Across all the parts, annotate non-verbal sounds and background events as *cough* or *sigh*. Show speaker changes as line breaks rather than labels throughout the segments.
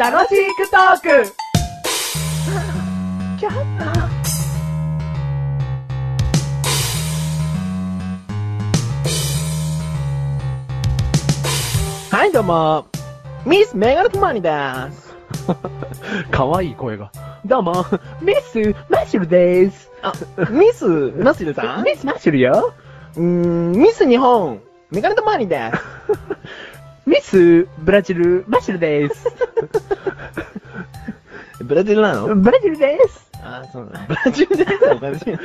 楽しくトーク
はい、どうも。ミス・メガネトマニです。
かわいい声が。
どうも。ミス・マッシュルです。あ、ミス、マッシュル
*laughs*
さんミス・マッシュルよ。うーん、ミス日本、メガネトマニです。ミス、ブラジル、マッシュルです。
*laughs* ブラジルなの
ブラジルです。
あ、そうなの。ブラジルです。おかしいな。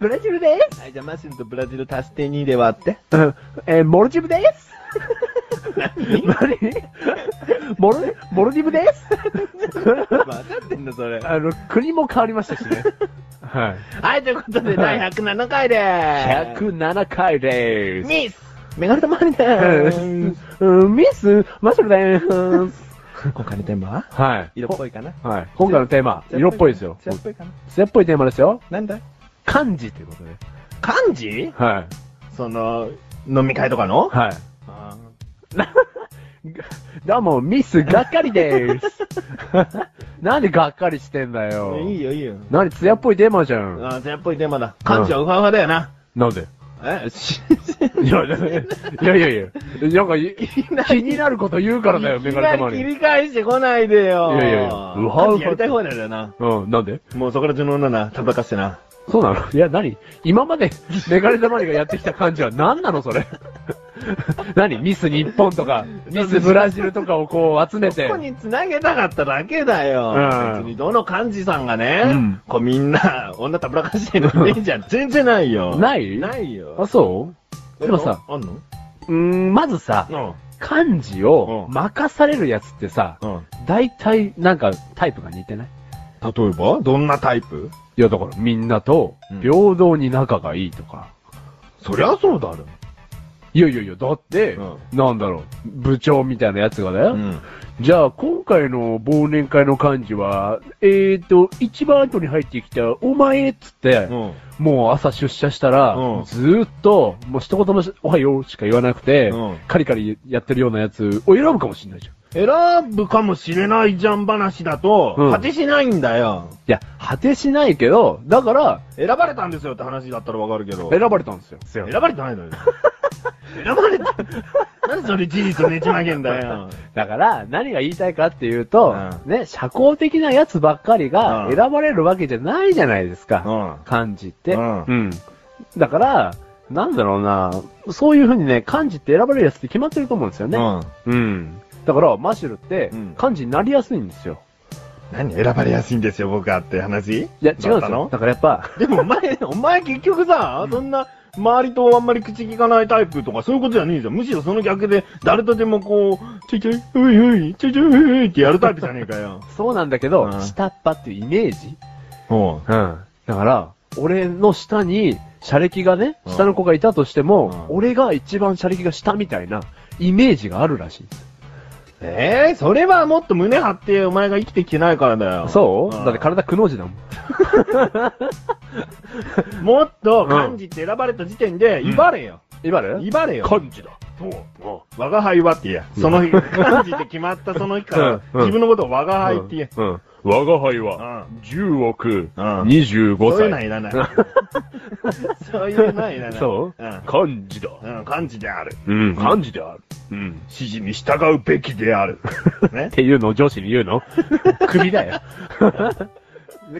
ブラジルです。
はい、じゃあマシルとブラジル足して2で割って。
えー、モルジブです。何モル、モルジブです。
分かってんだ、それ。
あの、国も変わりましたしね。はい。
はい、ということで、第107回でーす。
107回でーす。
ミス、メガネトマニです。うんミス、マッシュルです。
今回のテーマは
はい。
色っぽいかな
はい。今回のテーマ、色っぽいですよ。
色っぽいかな
艶っぽいテーマですよ。
なんだ
漢字ということで。
漢字
はい。
その、飲み会とかの
はい。
あ
どうも、ミス、がっかりで *laughs* ーす。なんでがっかりしてんだよ。
ーいいよ、いいよ。
なに、艶っぽいテーマじゃん。
ああ、艶っぽいテーマだ。漢字はウハウハだよな。
なんで *laughs*
え、し、
いや、いやいやいや。なんか、い気になること言うからだよ、メガネたま
いきなり切
に。
り返してこないでよ。
いやいやいやウハウハ
やりたい方だよな。
うん、なんで
もうそこら中の女な、叩かしてな。
そうなのいや、何今まで、メガネたまりがやってきた感じは何なのそれ。 *laughs* 何ミス日本とか、ミスブラジルとかをこう集めて
ここ。に繋げたかっただけだよ。
うん
別にどの幹事さんがね、
うん
こうみんな、女たぶらかしてるのいい
*laughs*
じゃん。全然ないよ。
ない
ない
あ、
よ。
そうでもさ、
あんの
うーん、まずさ、漢字を
うん
任されるやつってさ、
うん。うん。
大体なんかタイプが似てない
例えばどんなタイプ
いや、だからみんなと
うん
平等に仲がいいとか。
そりゃそうだろ。
いやいやいや、だって、
う
なんだろう、部長みたいなやつがだよ。
うん。
じゃあ、今回の忘年会の漢字は、えーと、一番後に入ってきた、お前っつって、
うん。
もう朝出社したら、
うん
ずーっと、もう一言もしおはようしか言わなくて、
うん
カリカリやってるようなやつを選ぶかもしれないじゃん。い
選ぶかもしれないじゃん話だと、
うん
果てしないんだよ。
や、果てしないけど、だから、
選ばれたんですよって話だったらわかるけど。
選ばれたんですよ。
選ばれてな
*laughs*
いのよ。選ばれた。なんでそれ事実をねじ曲げんだ
*laughs*
よ。
だから、何が言いたいかっていうと、
う
ね、社交的なやつばっかりが
うん
選ばれるわけじゃないじゃないですか。
ん。
漢字って。
うん
うん。だから、なんだろうな、そういうふうにね、漢字って選ばれるやつって決まってると思うんですよね。
う
う
ん。
ん。だから、マシュルって
うん、
漢字になりやすいんですよ。
何選ばれやすいんですよ、僕はって話
いや、違うん
だ
ですよ
ったの。
だからやっ
*laughs*
ぱ、
でもお前、お前結局さ、そんな、周りとあんまり口聞かないタイプとかそういうことじゃねえじゃん。むしろその逆で、誰とでもこう、ちょいちょい、ういうい、ちょいちょい、ういってやるタイプじゃねえかよ。
そうなんだけど、
うん
下っ端っていうイメージ。
おう
*laughs* うん。だから、俺の下に、車歴がね、
うん
下の子がいたとしても、
うん
俺が一番車歴が下みたいな、イメージがあるらしい。
ええそれはもっと胸張ってお前が生きてきてないからだよ。
そう、
ん
だって体くの字だもん。
もっと漢字って選ばれた時点で、威張れよ。
いわゆ
威
る
張れよ。
漢字だ。
そう。我が輩はって言え。その日、漢字って決まったその日から、
うんうん
自分のことを我が輩って言え。
うん。我が輩は、
うん。
10億
うん
25
そういうのはいらない。 *laughs* そういうのはいらない。
そう
うん。
漢字だ。
うん、漢字である。
うん、漢字である。うん。
指示に従うべきで
*laughs*
ある。ね
っ。ていうのを上司に言うの *laughs* 首だよ。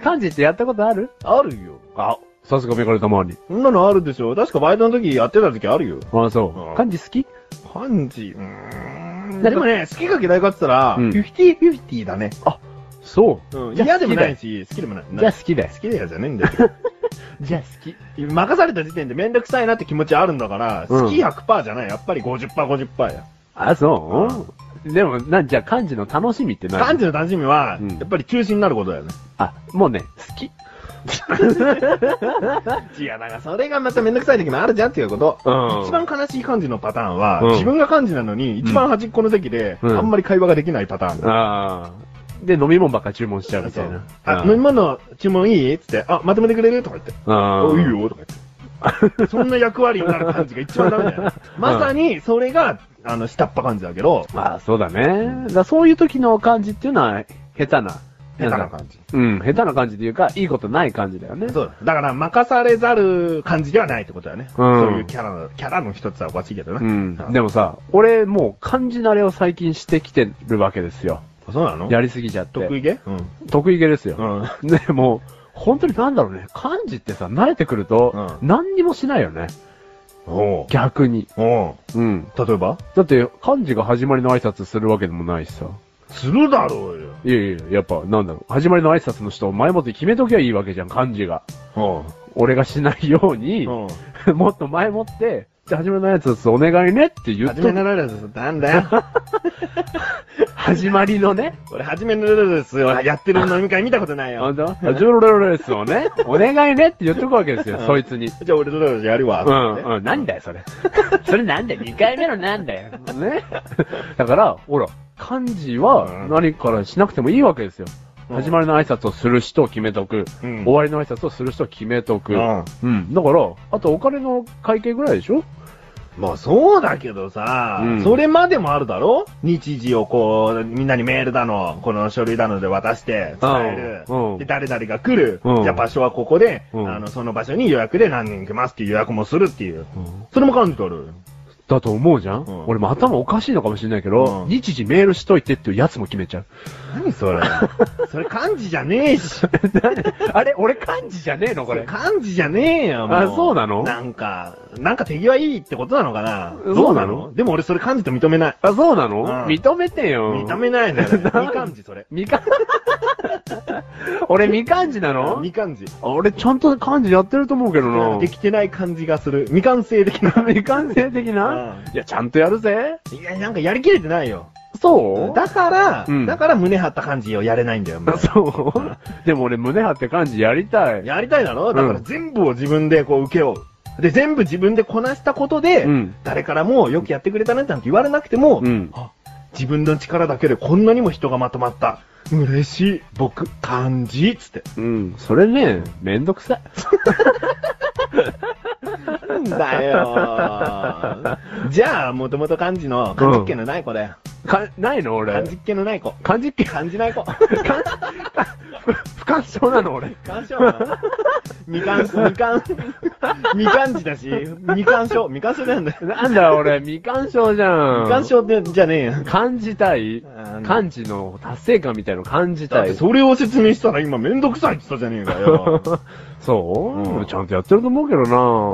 漢字ってやったことある
あるよ。
あ、さすがメガネたまわり。
そんなのあるでしょ確かバイトの時やってた時あるよ。
あ、そうう。
ん
漢字好き
漢字。うーん。でもね、好きか嫌いかって言ったら、
うん
フィフティフィフティだね。。
そううんじゃあ
嫌でもな
好
いし、好きでもない。
じゃあ好きだよ。
好きだよじゃねえんだよ。
じゃあ好き。
任された時点でめんどくさいなって気持ちあるんだから、
うん
好き100%じゃない。やっぱり50%、50%や。
あ、そうでも、なんじゃあ漢字の楽しみって何
漢字の楽しみは、
うん
やっぱり中心になることだよね。
あ、もうね、好き。
いや、だからそれがまためんどくさい時もあるじゃんっていうこと。
うん
一番悲しい漢字のパターンは、
うん
自分が漢字なのに、一番端っこの席で、
うん
あんまり会話ができないパターンだ。
ああ。で、飲み物ばっか注文しちゃうみたいな。
あ、飲み物注文いいっつって、あ、まとめてくれるとか言って、あ、
ああ。
いいよとか言って。そんな役割になる感じが一番ダメだよね。まさに、それが、あの、下っ端感じだけど、
まあ、そうだね。だからそういう時の感じっていうのは、下手な。
下手
な
なん
か
感じ。
うん、下手な感じというか、いいことない感じだよね。
そうだ。だから、任されざる感じではないってことだよ
う
ね。
ん
そういうキャラの、キャラの一つはおかしいけどね。
うん
あ。
でもさ、俺もう漢字慣れを最近してきてるわけですよ。
そうなの
やりすぎちゃって。
得意げうん。
得意げですよ。
うん。
ね、もう、本当になんだろうね。漢字ってさ、慣れてくると、
う
何にもしないよね。
おう
逆に。
お
うん。
う例えば
だって、漢字が始まりの挨拶するわけでもないしさ。
するだろうよ。
いやいやいや、やっぱ、なんだろう。始まりの挨拶の人を前もって決めときゃいいわけじゃん、漢字が。
おう
俺がしないように、*laughs*
うん。
もっと前もって、じゃあ始まりの挨拶お願いねって言っ
初
と
めのルールです。なんだよ。
*laughs* 始まりのね、
俺、初めのルールです。俺、やってる飲み会見たことない
あ
よ
ん。た、ジョロロロレスをね、お願いねって言っとくわけですよ、 *laughs* そいつに。
じゃあ、俺とルールやるわ。
うん、うん、な
な
んだよ、それ。 *laughs* それなんだよ、2回目のなんだよ。ね。だから、ほら、漢字は
うん
何からしなくてもいいわけですよ。
うん
始まりの挨拶をする人を決めとく。
うん
終わりの挨拶をする人を決めとく。
うん。
うん。だから、あとお金の会計ぐらいでしょ
まあそうだけどさ、
うん
それまでもあるだろ日時をこう、みんなにメールだの、この書類だので渡して、伝え
うんうん
る。で、誰々が来る。
うん
じゃあ場所はここで、
うん
あの、その場所に予約で何人来ますっていう予約もするっていう。それも感じ取る。
だと思うじゃん、
うん
俺も頭おかしいのかもしれないけど、
うん
日時メールしといてっていうやつも決めちゃう。
何それ *laughs* それ漢字じゃねえし。
*laughs* あれ俺漢字じゃねえのこ
それ
れ。
漢字じゃねえよ、も
あそうなの
なんか、なんか手際いいってことなのかな
そうなの
どでも俺それ漢字と認めない。
あ、そうなの、
うん
認めてよ。
認めないんだよね。
*laughs* なん
未漢字それ。
みかん、 *laughs* 俺みかんじなの
未漢字。
あ俺ちゃんと漢字やってると思うけどな。
できてない感じがする。未完成的な。
未完成的な、
う
いや、ちゃんとやるぜ。
いや、なんかやりきれてないよ。
そう
だから、
うん
だから胸張った感じをやれないんだよ。もう
そうでも俺胸張って漢字やりたい。
やりたいだろだか
う
ら
ん
全部を自分でこう受けよう。で、全部自分でこなしたことで、
うん
誰からもよくやってくれたねなんて言われなくても、
うん。
あ自分の力だけでこんなにも人がまとまった。嬉しい。僕、漢字。つって。
うん。それね、めんどくさい。
なん
*laughs*
だよ。じゃあ、もともと漢字の、漢字っ気のない子だよ。
か、ないの俺。
漢字っ気のない子。
漢字っけ
漢字ない子。
漢字不干渉なの俺。
鑑賞な。
*laughs*
未鑑、未鑑、未鑑字だし、未鑑賞、未鑑賞なんだよ。
なんだ俺、未干渉じゃん。
未鑑賞って、じゃねえよ。
感じたい
あの
漢字の達成感みたいの感じ
だ
た
って
い。
それを説明したら今めんどくさいって言ったじゃねえかよ。
そう、
うん
ちゃんとやってると *laughs* 思うけど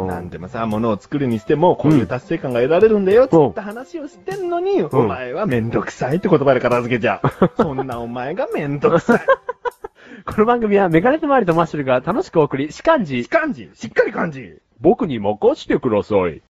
な
なんでもさ、物を作るにしても、こういう達成感が得られるんだよ、つ
うん
って話をしてんのに、お前はめんどくさいって言葉で片付けちゃう。そんなお前がめんどくさい。
*laughs* この番組はメガネとマリとマッシュルが楽しくお送り、しかんじ
し、漢字、しっかり漢字。
僕に任してください。